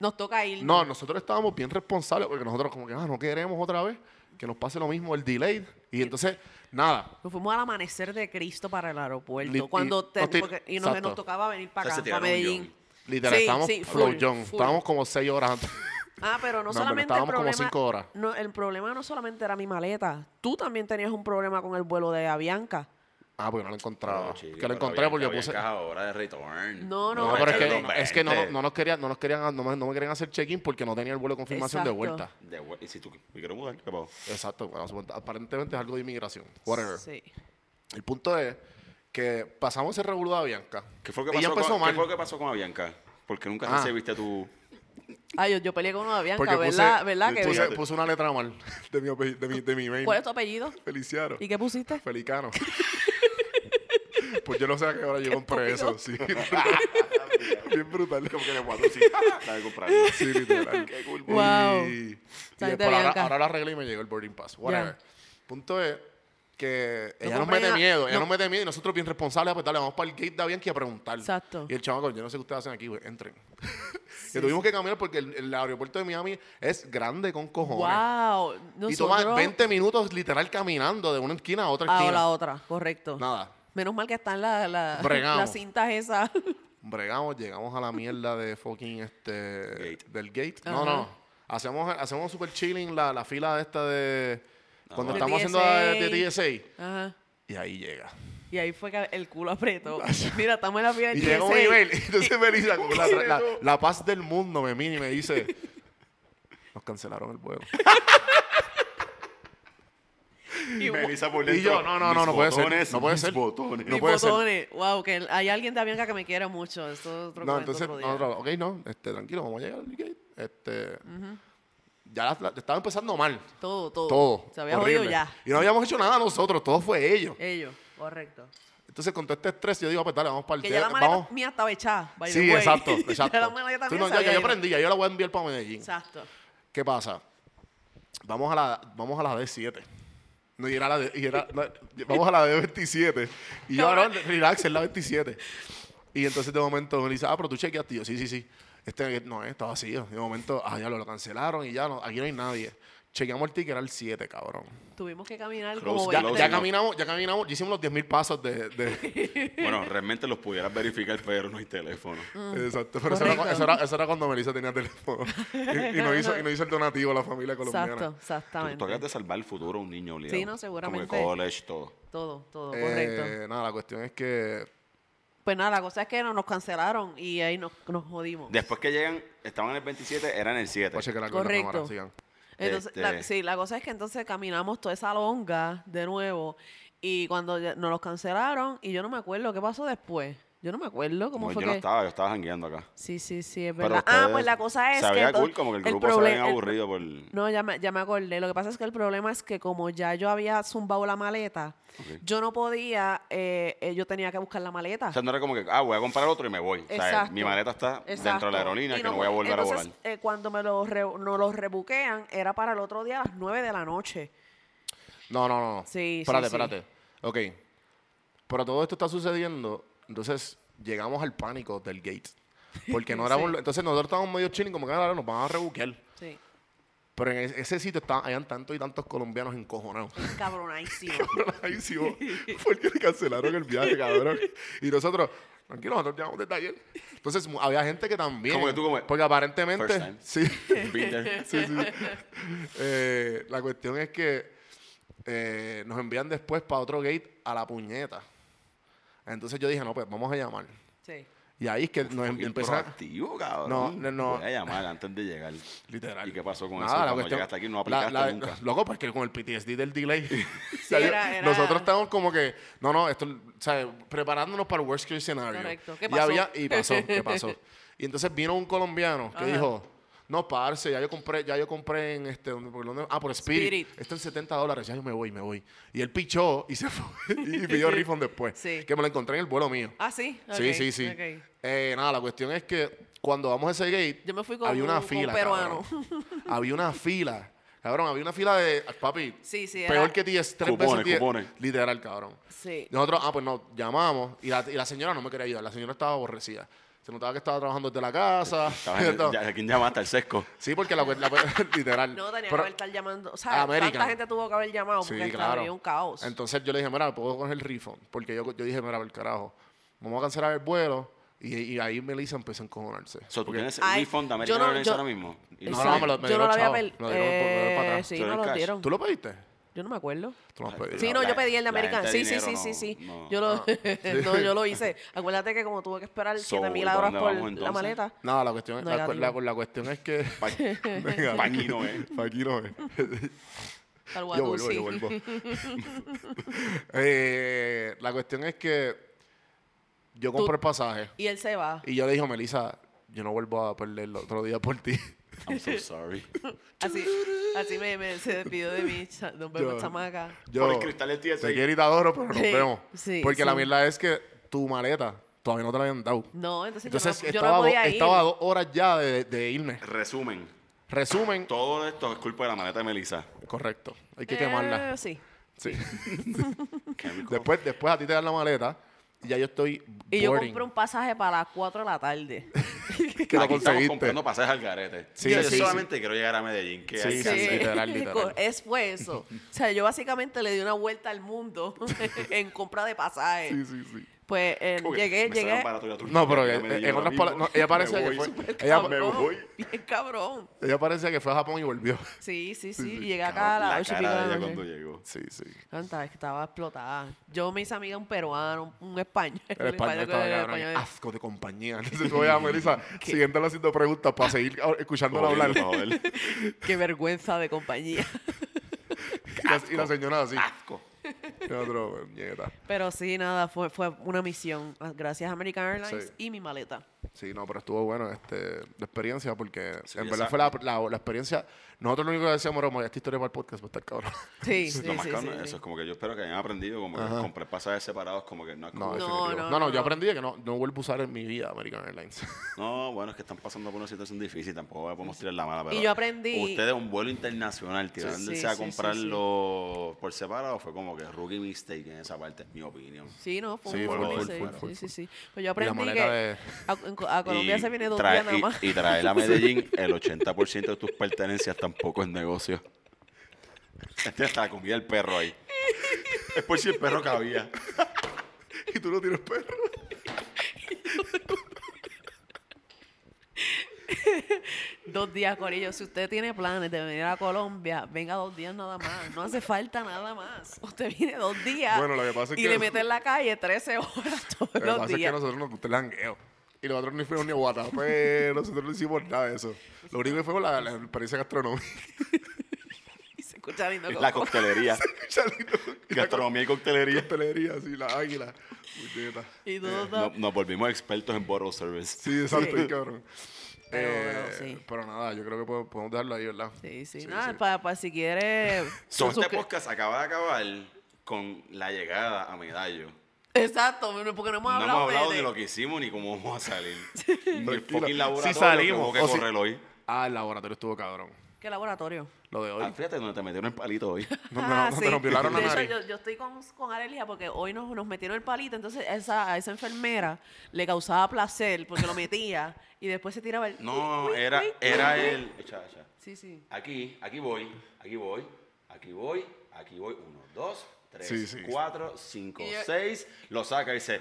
Speaker 6: Nos toca ir.
Speaker 5: No, nosotros estábamos bien responsables porque nosotros como que ah, no queremos otra vez que nos pase lo mismo, el delay. Y entonces, nada,
Speaker 6: Nos fuimos al amanecer de Cristo para el aeropuerto.
Speaker 5: Li- y-
Speaker 6: cuando te-
Speaker 5: no te-
Speaker 6: porque- y nos,
Speaker 5: exacto.
Speaker 6: nos tocaba venir para
Speaker 7: O sea,
Speaker 6: acá,
Speaker 7: se
Speaker 6: para
Speaker 7: tiraron un
Speaker 6: Medellín.
Speaker 5: literal,
Speaker 6: Sí,
Speaker 5: estábamos
Speaker 6: sí,
Speaker 5: flow
Speaker 6: full,
Speaker 5: John.
Speaker 6: full.
Speaker 5: Estábamos como seis horas antes.
Speaker 6: Ah, pero no
Speaker 5: No, hombre,
Speaker 6: solamente el
Speaker 5: estábamos como
Speaker 6: problema.
Speaker 5: cinco horas.
Speaker 6: No, el problema no solamente era mi maleta. Tú también tenías un problema con el vuelo de Avianca.
Speaker 5: Ah, porque no lo encontraba.
Speaker 7: Pero, chico,
Speaker 5: que lo
Speaker 7: pero
Speaker 5: encontré
Speaker 7: había-
Speaker 5: porque
Speaker 7: había
Speaker 5: puse...
Speaker 7: caja ahora de Este, return.
Speaker 6: No, no,
Speaker 5: No, pero es
Speaker 6: pero
Speaker 5: que,
Speaker 6: no,
Speaker 5: es que no,
Speaker 7: vente.
Speaker 5: no nos querían, no nos querían, no me, no me querían hacer check-in porque no tenía el vuelo de confirmación de
Speaker 6: Exacto.
Speaker 5: vuelta.
Speaker 7: De vuel- y si tú me quiero mudar, ¿qué pasó?
Speaker 5: Exacto. bueno, supuesto- aparentemente es algo de inmigración. Whatever.
Speaker 6: Sí.
Speaker 5: El punto es que pasamos ese revuelo de Bianca.
Speaker 7: ¿Qué fue lo que
Speaker 5: Ella
Speaker 7: pasó
Speaker 5: empezó
Speaker 7: con,
Speaker 5: mal.
Speaker 7: ¿Qué fue lo que pasó con Avianca? Porque nunca
Speaker 5: Ah.
Speaker 7: recibiste tu...
Speaker 6: Ay, Ah, yo, yo peleé con uno de Avianca,
Speaker 5: Porque puse,
Speaker 6: ¿verdad? ¿Verdad que
Speaker 5: puse,
Speaker 6: vi?
Speaker 5: puse una letra mal de mi, apellido- de mi, de mi email.
Speaker 6: ¿Cuál es tu apellido?
Speaker 5: Feliciano.
Speaker 6: ¿Y qué pusiste?
Speaker 5: Felicano. pues yo no sé a qué hora yo compré eso. Sí. Bien brutal.
Speaker 7: Como que le guardo así. Dale, comprarlo.
Speaker 5: Sí, literal.
Speaker 6: Wow.
Speaker 5: Y, y
Speaker 6: Saliste
Speaker 5: después ahora,
Speaker 6: blanca.
Speaker 5: ahora lo arreglé y me llegó el boarding pass. Whatever.
Speaker 6: Ya.
Speaker 5: Punto es que ella nos
Speaker 6: compren
Speaker 5: mete
Speaker 6: a-
Speaker 5: miedo. Ella
Speaker 6: no-
Speaker 5: nos mete miedo y nosotros bien responsables, pues dale, vamos para el gate de Avianca a preguntar.
Speaker 6: Exacto.
Speaker 5: Y el chamaco, yo no sé qué ustedes hacen aquí, güey, entren. que tuvimos que caminar porque el, el aeropuerto de Miami es grande con cojones.
Speaker 6: Wow.
Speaker 5: y toma
Speaker 6: nosotros-
Speaker 5: 20 minutos literal caminando de una esquina a otra
Speaker 6: Ah, o
Speaker 5: esquina.
Speaker 6: la otra, correcto.
Speaker 5: Nada.
Speaker 6: Menos mal que están la- la-
Speaker 5: Bregamos.
Speaker 6: las cintas esas.
Speaker 5: Bregamos, llegamos a la mierda de fucking este
Speaker 7: Gate.
Speaker 5: del gate. No,
Speaker 6: Ajá.
Speaker 5: no. Hacemos, hacemos super chilling la, la fila esta de. Cuando
Speaker 7: De
Speaker 5: estamos haciendo la de, de TSA.
Speaker 6: Ajá.
Speaker 5: Y ahí llega.
Speaker 6: Y ahí fue que el culo apretó. Mira, estamos en la fila
Speaker 5: Y
Speaker 6: del
Speaker 5: llega un
Speaker 6: 16.
Speaker 5: nivel. Entonces Melissa, con la, la- la paz del mundo, me mira y me dice: Nos cancelaron el vuelo.
Speaker 6: Y
Speaker 7: Me avisa por
Speaker 5: Y
Speaker 7: dentro,
Speaker 5: yo, no, no, no,
Speaker 7: mis
Speaker 5: no puede ser,
Speaker 7: botones,
Speaker 5: no puede
Speaker 7: mis
Speaker 5: ser.
Speaker 7: botones.
Speaker 5: No
Speaker 6: Mis
Speaker 5: puede ser.
Speaker 6: botones. Wow, que hay alguien de Bianca que me quiere mucho. Esto es otro
Speaker 5: No,
Speaker 6: cuento,
Speaker 5: entonces,
Speaker 6: otro día.
Speaker 5: nosotros, ok, no, este, tranquilo, vamos a llegar al gate. Este, Ya la- la- estaba empezando mal,
Speaker 6: Todo, todo.
Speaker 5: todo.
Speaker 6: Se había
Speaker 5: horrible.
Speaker 6: jodido ya. Eh.
Speaker 5: Y no habíamos hecho nada nosotros, todo fue ellos.
Speaker 6: Ellos, correcto.
Speaker 5: Entonces, con todo este estrés, yo digo, ah, pues dale, vamos para el
Speaker 6: Que ya la maleta
Speaker 5: vamos.
Speaker 6: mía estaba echada. by the
Speaker 5: Sí,
Speaker 6: way.
Speaker 5: exacto, exacto.
Speaker 6: ya la maleta
Speaker 5: Tú
Speaker 6: mía
Speaker 5: no,
Speaker 6: se
Speaker 5: ya,
Speaker 6: había
Speaker 5: ya yo
Speaker 6: ido.
Speaker 5: aprendí, ya yo la voy a enviar para Medellín.
Speaker 6: Exacto.
Speaker 5: ¿Qué pasa? Vamos a la, vamos a la D7. No, y era la de- y era la- vamos a la D27. Y yo, no, relax, es la 27. Y entonces de momento me dice, ah, pero tú chequeaste. Y yo, sí, sí, sí. Este no, eh, está vacío. De momento, ah, ya lo, lo cancelaron y ya, no, aquí no hay nadie. Chequeamos el ticket, era el 7, cabrón.
Speaker 6: Tuvimos que caminar
Speaker 7: Close,
Speaker 6: como
Speaker 5: Ya,
Speaker 6: 20
Speaker 5: ya
Speaker 6: minutos.
Speaker 5: caminamos, ya caminamos, ya hicimos los 10.000 pasos de... de-
Speaker 7: Bueno, realmente los pudieras verificar, pero no hay teléfono.
Speaker 6: Mm.
Speaker 5: exacto, pero eso era, cu-
Speaker 6: Correcto.
Speaker 5: eso era- eso era cuando Melissa tenía teléfono. Y, y no hizo, y no hizo el donativo a la familia colombiana.
Speaker 6: Exacto,
Speaker 7: Tú, tú acabas
Speaker 6: exactamente.
Speaker 7: de salvar el futuro a un niño obligado.
Speaker 6: Sí, no, seguramente.
Speaker 7: Como que college, todo.
Speaker 6: Todo, todo, correcto.
Speaker 5: Eh, nada, la cuestión es que
Speaker 6: Pues nada, la cosa es que no, nos cancelaron y ahí nos, nos jodimos.
Speaker 7: Después que llegan, estaban en el 27, eran en el 7.
Speaker 5: Voy a chequear algo en la
Speaker 6: Correcto.
Speaker 5: cámara, sigan.
Speaker 6: Entonces,
Speaker 7: Este-
Speaker 6: la- sí, la cosa es que entonces caminamos toda esa longa de nuevo y cuando ya- nos los cancelaron y yo no me acuerdo qué pasó después. Yo no me acuerdo cómo
Speaker 7: No,
Speaker 6: fue
Speaker 7: yo no
Speaker 6: que...
Speaker 7: estaba, yo estaba jangueando acá.
Speaker 6: Sí, sí, sí, es
Speaker 7: Pero
Speaker 6: verdad. Ah,
Speaker 7: ustedes-
Speaker 6: pues la cosa es
Speaker 7: se
Speaker 6: que...
Speaker 7: veía
Speaker 6: entonces,
Speaker 7: cool, como que el grupo se
Speaker 6: proble-
Speaker 7: veía
Speaker 6: el-
Speaker 7: aburrido por...
Speaker 6: No, ya me, ya me acordé. Lo que pasa es que el problema es que como ya yo había zumbado la maleta,
Speaker 7: Ok.
Speaker 6: yo no podía, eh, eh, yo tenía que buscar la maleta.
Speaker 7: O sea, no era como que, ah, voy a comprar otro y me voy. O sea,
Speaker 6: Exacto.
Speaker 7: mi maleta está dentro de la aerolínea
Speaker 6: Y
Speaker 7: que no voy a volver a
Speaker 6: entonces,
Speaker 7: volar.
Speaker 6: eh, cuando me los re- nos los rebuquean, era para el otro día a las 9 de la noche.
Speaker 5: No, no, no.
Speaker 6: Sí, sí,
Speaker 5: Espérate,
Speaker 6: sí.
Speaker 5: espérate. Ok. Pero todo esto está sucediendo, entonces llegamos al pánico del gate. Porque no éramos...
Speaker 6: Sí.
Speaker 5: lo- Entonces nosotros estábamos medio chilling, como que ahora nos van a rebuquear.
Speaker 6: Sí.
Speaker 5: Pero en e-, ese ese sitio estaban, habían tantos y tantos colombianos encojonados.
Speaker 6: Cabronadísimo.
Speaker 5: Ahí sí, vos, porque le cancelaron el viaje, cabrón. Y nosotros, tranquilo, nosotros llevamos de taller. Entonces mu- había gente que también...
Speaker 7: Como que tú, como-
Speaker 5: Porque
Speaker 7: First
Speaker 5: aparentemente...
Speaker 7: time.
Speaker 5: Sí.
Speaker 7: Been there.
Speaker 5: sí, sí. Eh, la cuestión es que eh, nos envían después para otro gate a la puñeta. Entonces yo dije, no, pues vamos a llamar.
Speaker 6: sí.
Speaker 5: Y ahí es que nos em-
Speaker 7: Bien
Speaker 5: empiezan.
Speaker 7: proactivo, cabrón.
Speaker 5: No, no, no.
Speaker 7: Voy a llamar antes de llegar.
Speaker 5: Literal.
Speaker 7: ¿Y qué pasó con
Speaker 5: Nada,
Speaker 7: eso?
Speaker 5: la
Speaker 7: Cuando
Speaker 5: cuestión-
Speaker 7: llegaste aquí no
Speaker 5: la-
Speaker 7: aplicaste
Speaker 5: la-
Speaker 7: nunca.
Speaker 5: Loco, porque con el PTSD del delay. O sea,
Speaker 6: era-
Speaker 5: yo-
Speaker 6: era-
Speaker 5: Nosotros estamos como que, no, no, esto, ¿sabes? preparándonos para el worst case scenario.
Speaker 6: Correcto. ¿Qué
Speaker 5: Y,
Speaker 6: pasó?
Speaker 5: había- y pasó, ¿qué pasó? Y entonces vino un colombiano que
Speaker 6: Ajá.
Speaker 5: dijo, no, parce, ya yo compré, ya yo compré en este, ¿dónde- por dónde? Ah, por Spirit.
Speaker 6: Spirit.
Speaker 5: Está en 70 dólares, ya yo me voy, me voy. Y él pichó y se fue y pidió refund después.
Speaker 6: Sí.
Speaker 5: Que me lo encontré en el vuelo mío.
Speaker 6: Ah, sí.
Speaker 5: Sí,
Speaker 6: Ok,
Speaker 5: sí, sí.
Speaker 6: ok.
Speaker 5: Eh, nada, la cuestión es que cuando vamos a ese gate,
Speaker 6: Yo me fui con
Speaker 5: había una
Speaker 6: un- con un
Speaker 5: fila.
Speaker 6: peruano.
Speaker 5: cabrón. había una fila. Cabrón, había una fila de. Papi,
Speaker 6: Sí, sí,
Speaker 5: peor
Speaker 6: era-
Speaker 5: que TS, tres
Speaker 7: Cupones,
Speaker 5: veces TS,
Speaker 7: cupones.
Speaker 5: Literal, cabrón.
Speaker 6: Sí.
Speaker 5: Nosotros, ah, pues nos llamamos y la, y la señora no me quería ayudar. La señora estaba aborrecida. Se notaba que estaba trabajando desde la casa.
Speaker 7: Estaba en el-
Speaker 5: Entonces,
Speaker 7: ya- ¿A quién llamaste? Al sesco.
Speaker 5: sí, porque la. la literal.
Speaker 6: No tenía
Speaker 5: Pero-
Speaker 6: que haber estar llamando. O sea,
Speaker 5: América.
Speaker 6: tanta gente tuvo que haber llamado porque
Speaker 5: Sí,
Speaker 6: había
Speaker 5: claro.
Speaker 6: un caos.
Speaker 5: Entonces yo le dije, mira, puedo coger el refund. Porque yo, yo dije, mira, por el carajo, vamos a cancelar el vuelo. Y, y ahí Melissa empezó a encojonarse.
Speaker 7: So, ¿Tú
Speaker 5: Porque-
Speaker 7: tienes
Speaker 6: Ay,
Speaker 7: un refund de
Speaker 6: yo
Speaker 7: American
Speaker 6: no-
Speaker 7: Airlines
Speaker 6: yo-
Speaker 7: ahora mismo? Y
Speaker 5: No,
Speaker 6: Exacto.
Speaker 5: me lo- me
Speaker 6: yo
Speaker 5: dieron
Speaker 6: no lo había
Speaker 5: chavo,
Speaker 6: perdido.
Speaker 5: me lo dieron por- me lo dieron para atrás.
Speaker 6: sí,
Speaker 7: Pero
Speaker 6: no
Speaker 7: en
Speaker 6: lo
Speaker 7: cash.
Speaker 6: dieron.
Speaker 5: ¿Tú lo pediste?
Speaker 6: Yo no me acuerdo.
Speaker 5: Tú no has pedido.
Speaker 6: Sí, no,
Speaker 7: la-
Speaker 6: yo pedí el de
Speaker 7: la
Speaker 6: American.
Speaker 7: gente
Speaker 6: Sí,
Speaker 7: de
Speaker 6: sí, sí,
Speaker 7: dinero
Speaker 6: sí, sí.
Speaker 7: no- no.
Speaker 6: Yo, lo, no,
Speaker 5: sí.
Speaker 6: yo lo hice. Acuérdate que como tuve que esperar
Speaker 7: So,
Speaker 6: 7 mil
Speaker 7: ¿para
Speaker 6: horas
Speaker 7: dónde
Speaker 6: por
Speaker 7: vamos,
Speaker 6: la
Speaker 7: entonces?
Speaker 6: maleta.
Speaker 5: No, la cuestión, la, cu-
Speaker 6: Negativo.
Speaker 5: la- la cuestión es que...
Speaker 7: Pa-
Speaker 5: Venga.
Speaker 7: pa' aquí no es.
Speaker 5: Pa' aquí no es.
Speaker 6: Tal
Speaker 5: Yo vuelvo, yo vuelvo. Eh, la cuestión es que yo compré el pasaje
Speaker 6: Y él se va.
Speaker 5: y yo le dije a Melissa, yo no vuelvo a perder el otro día por ti.
Speaker 7: I'm so sorry.
Speaker 6: Así, así me, me- se despidió de mí. cha- Nos vemos,
Speaker 5: Yo-
Speaker 6: chamaca.
Speaker 5: Yo,
Speaker 7: Por el cristal del TSA.
Speaker 5: Te quiero y te adoro, pero nos
Speaker 6: Sí,
Speaker 5: vemos.
Speaker 6: sí,
Speaker 5: Porque la
Speaker 6: sí.
Speaker 5: verdad es que tu maleta todavía no te la habían dado.
Speaker 6: No, entonces, yo
Speaker 5: Entonces
Speaker 6: no- yo, no,
Speaker 5: estaba, do-
Speaker 6: podía ir.
Speaker 5: estaba a dos horas ya de, de irme.
Speaker 7: Resumen.
Speaker 5: Resumen,
Speaker 7: Todo esto es culpa de la maleta de Melissa.
Speaker 5: correcto. Hay que quemarla.
Speaker 6: Eh, sí.
Speaker 5: Sí.
Speaker 7: Chemical.
Speaker 5: después, después a ti te dan la maleta y ya yo estoy
Speaker 6: Y yo
Speaker 5: boarding.
Speaker 6: compré un pasaje para las 4 de la tarde.
Speaker 5: que lo
Speaker 7: Aquí estamos
Speaker 5: conseguiste.
Speaker 7: comprando pasajes al garete.
Speaker 5: Sí,
Speaker 7: yo
Speaker 5: sí,
Speaker 7: solamente quiero llegar a Medellín. ¿Qué hay
Speaker 5: Sí,
Speaker 7: que hacer?
Speaker 5: literal, literal.
Speaker 6: Es fue eso. O sea, yo básicamente le di una vuelta al mundo en compra de pasajes.
Speaker 5: Sí, sí, sí.
Speaker 6: Pues eh,
Speaker 7: Ok,
Speaker 6: llegué,
Speaker 7: me
Speaker 6: llegué.
Speaker 7: salen barato ir a Turquía,
Speaker 5: No, pero
Speaker 7: ya
Speaker 5: en-
Speaker 7: me
Speaker 5: en
Speaker 7: llegó
Speaker 5: otras
Speaker 7: ahora mismo.
Speaker 5: palabras- no, ella
Speaker 7: Me
Speaker 5: parecía que
Speaker 7: voy.
Speaker 5: fue-
Speaker 6: Bien
Speaker 5: Ella-
Speaker 7: me
Speaker 6: cabrón,
Speaker 7: voy.
Speaker 6: Bien cabrón.
Speaker 5: Ella parecía que fue a Japón y volvió.
Speaker 6: Sí, sí,
Speaker 5: Sí,
Speaker 6: sí.
Speaker 5: sí,
Speaker 6: Llegué acá a las
Speaker 7: la
Speaker 6: ocho y pico de
Speaker 7: cara de
Speaker 6: la
Speaker 7: ella
Speaker 6: noche.
Speaker 7: cuando llegó.
Speaker 5: Sí, sí.
Speaker 6: Canta, es que estaba explotada. Yo me hice amiga de un peruano, un un español.
Speaker 5: El español estaba
Speaker 6: el
Speaker 5: cabrón.
Speaker 6: español-
Speaker 5: Asco de compañía. Entonces voy a Melissa siguiéndole haciendo preguntas para seguir a- escuchándola hablar.
Speaker 7: Jodiendo, joder.
Speaker 6: Qué vergüenza de compañía.
Speaker 5: Y la- Y la señora así.
Speaker 7: Asco.
Speaker 5: Y otro, "Mierda".
Speaker 6: Pero sí, nada, fue, fue una misión. Gracias a American Airlines
Speaker 5: Sí.
Speaker 6: y mi maleta.
Speaker 5: Sí, no, pero estuvo bueno este, la experiencia porque
Speaker 7: Sí,
Speaker 5: en verdad fue la,
Speaker 7: exacto.
Speaker 5: la- la experiencia. Nosotros lo único que decíamos era, "Mira, esta historia para el podcast va a estar cabrón.
Speaker 6: Sí, sí,
Speaker 7: Lo
Speaker 6: sí,
Speaker 7: más
Speaker 6: sí,
Speaker 7: cabrón
Speaker 6: sí.
Speaker 7: es eso. Es como que yo espero que hayan aprendido como que
Speaker 5: Ajá.
Speaker 7: comprar pasajes separados como que no es
Speaker 5: No,
Speaker 7: como...
Speaker 6: No,
Speaker 5: definitivo. No, no,
Speaker 6: no,
Speaker 5: no,
Speaker 6: no,
Speaker 5: yo
Speaker 6: no.
Speaker 5: aprendí que no, no vuelvo a usar en mi vida American Airlines.
Speaker 7: No, bueno, es que están pasando por una situación difícil, tampoco podemos tirar la mala, pero
Speaker 6: yo aprendí-
Speaker 7: Ustedes un vuelo internacional, tirándose
Speaker 6: sí,
Speaker 7: a
Speaker 6: sí, sí,
Speaker 7: comprarlo por separado, fue como que rookie mistake en esa parte, es mi opinión.
Speaker 6: Sí, no, fue
Speaker 5: Sí,
Speaker 6: un
Speaker 5: full,
Speaker 6: buen
Speaker 7: full,
Speaker 6: diseño.
Speaker 5: full, full,
Speaker 6: Sí,
Speaker 5: full.
Speaker 6: sí, sí. Pues yo
Speaker 5: Y la
Speaker 6: aprendí que
Speaker 5: maleta de-
Speaker 6: a, en Co- a Colombia
Speaker 7: Y
Speaker 6: se viene dos
Speaker 7: trae-
Speaker 6: días nada
Speaker 7: y-
Speaker 6: más.
Speaker 7: Y, traer a Medellín el 80% de tus pertenencias tampoco es negocio. Este hasta la comida del perro ahí. Es por si el perro cabía.
Speaker 5: y tú no tienes perro.
Speaker 6: Dos días, Corillo. Si usted tiene planes de venir a Colombia, venga dos días nada más. No hace falta nada más. Usted viene dos días
Speaker 5: Bueno, lo que pasa es
Speaker 6: y
Speaker 5: que-
Speaker 6: le mete en la calle 13 horas todos
Speaker 5: Lo que
Speaker 6: los
Speaker 5: pasa es que a
Speaker 6: días.
Speaker 5: nosotros nos gusta el jangueo. Y nosotros ni fuimos ni a Guatapé, nosotros no hicimos nada de eso. Lo único que fue la, la experiencia gastronómica.
Speaker 6: Y se escucha lindo.
Speaker 7: La
Speaker 6: como-
Speaker 7: coctelería.
Speaker 5: Saliendo con-
Speaker 7: Gastronomía y coctelería.
Speaker 5: Hostelería, así, la águila. Puñeta.
Speaker 6: Y todo,
Speaker 7: No- nos volvimos expertos en bottle service.
Speaker 5: Sí, exacto, y cabrón.
Speaker 6: Pero,
Speaker 5: Eh,
Speaker 6: pero sí.
Speaker 5: pero nada, yo creo que podemos, podemos dejarlo ahí, ¿verdad?
Speaker 6: Sí, sí. nada, Para, para si quiere.
Speaker 7: So,
Speaker 6: su-
Speaker 7: este
Speaker 6: que-
Speaker 7: podcast acaba de acabar con la llegada a Medallo.
Speaker 6: Exacto, bueno, porque no hemos
Speaker 7: No hemos
Speaker 6: hablado,
Speaker 7: hablado
Speaker 6: de,
Speaker 7: de
Speaker 6: de-
Speaker 7: lo que hicimos ni cómo vamos a salir. ni el
Speaker 5: Tranquila.
Speaker 7: fucking laboratorio
Speaker 5: Si
Speaker 7: que
Speaker 5: salimos,
Speaker 7: hubo que
Speaker 5: o si-
Speaker 7: correr hoy.
Speaker 5: Ah, el laboratorio estuvo cabrón.
Speaker 6: ¿Qué laboratorio?
Speaker 5: Lo de
Speaker 7: Ah,
Speaker 5: hoy.
Speaker 7: fíjate donde te metieron el palito hoy.
Speaker 5: No, no,
Speaker 6: Ah,
Speaker 5: no,
Speaker 6: sí.
Speaker 5: te nos violaron la
Speaker 6: De hecho,
Speaker 5: nariz.
Speaker 6: yo, yo estoy con, con Arelia porque hoy nos, nos metieron el palito, entonces esa, a esa enfermera le causaba placer porque lo metía y después se tiraba el...
Speaker 7: No,
Speaker 6: uy, uy,
Speaker 7: era,
Speaker 6: uy,
Speaker 7: era
Speaker 6: uy, uy.
Speaker 7: el. echa, echa.
Speaker 6: Sí, sí.
Speaker 7: Aquí, aquí voy, aquí voy, aquí voy, aquí voy. Uno, dos, tres,
Speaker 5: Sí, sí.
Speaker 7: cuatro, cinco,
Speaker 6: Y yo-
Speaker 7: seis. Lo saca y dice.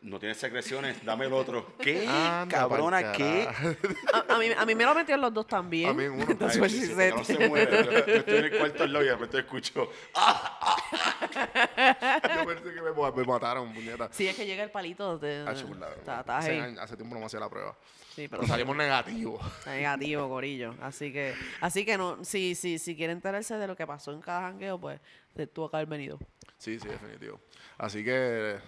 Speaker 7: No tienes secreciones, dame el otro. ¿Qué?
Speaker 5: Anda
Speaker 7: cabrona,
Speaker 5: pa'l
Speaker 7: ¿qué?
Speaker 5: carajo.
Speaker 6: A, a mí, a mí me lo metieron los dos también.
Speaker 5: A mí en uno.
Speaker 7: Ay,
Speaker 6: Entonces,
Speaker 7: sí,
Speaker 6: pues,
Speaker 7: sí,
Speaker 6: se-
Speaker 7: que no se mueve. Yo estoy en el cuarto al lado y de repente escucho.
Speaker 5: Yo pensé que me, me mataron, puñeta.
Speaker 6: Sí, es que llega el palito. De,
Speaker 5: Ah, chula,
Speaker 6: está, está
Speaker 5: hace,
Speaker 6: heavy.
Speaker 5: años- hace tiempo no me hacía la prueba.
Speaker 6: Sí, pero
Speaker 5: Pero salimos negativos.
Speaker 6: está negativo, corillo. Así que, así que no, sí, sí, si quiere enterarse de lo que pasó en cada jangueo, pues de- tuvo que haber venido.
Speaker 5: Sí, sí, definitivo. Así que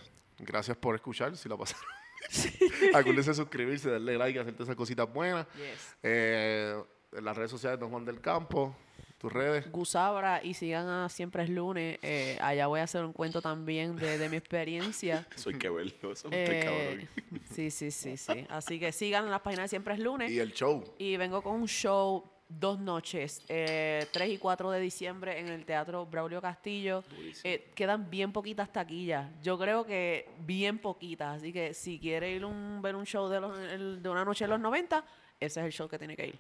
Speaker 5: gracias por escuchar, si la pasaron. Acuérdense de suscribirse, darle like, hacerte esas cositas buenas.
Speaker 6: Yes.
Speaker 5: Eh, en las redes sociales de Don Juan del Campo, tus redes.
Speaker 6: Gusabra y sigan a Siempre es lunes. eh, allá voy a hacer un cuento también de, de mi experiencia.
Speaker 7: Eso hay que verlo. Eso es un
Speaker 6: Eh,
Speaker 7: cabrón.
Speaker 6: sí, sí, sí, sí. Así que sigan las páginas de Siempre es lunes.
Speaker 5: Y el show.
Speaker 6: Y vengo con un show dos noches, eh, 3 y 4 de diciembre en el Teatro Braulio Castillo. Eh, quedan bien poquitas taquillas. Yo creo que bien poquitas. Así que si quiere ir un, ver un show de, los, el- de una noche en los 90, ese es el show que tiene que ir.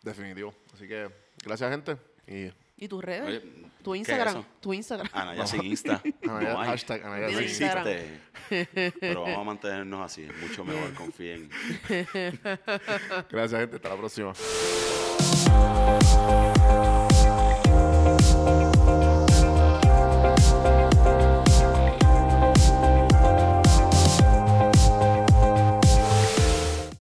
Speaker 5: Definitivo. Así que gracias, gente. Y
Speaker 6: ¿Y tus redes?
Speaker 7: Oye,
Speaker 6: tu
Speaker 7: ¿qué es
Speaker 6: Instagram.
Speaker 7: eso? Ah,
Speaker 6: tu Instagram.
Speaker 7: Anaya sin Insta.
Speaker 5: Anaya-
Speaker 7: no hay.
Speaker 5: hashtag Anaya
Speaker 7: no
Speaker 6: sin Instagram.
Speaker 7: existe. Pero vamos a mantenernos así. es Mucho mejor, confíen.
Speaker 5: gracias, gente. Hasta la próxima.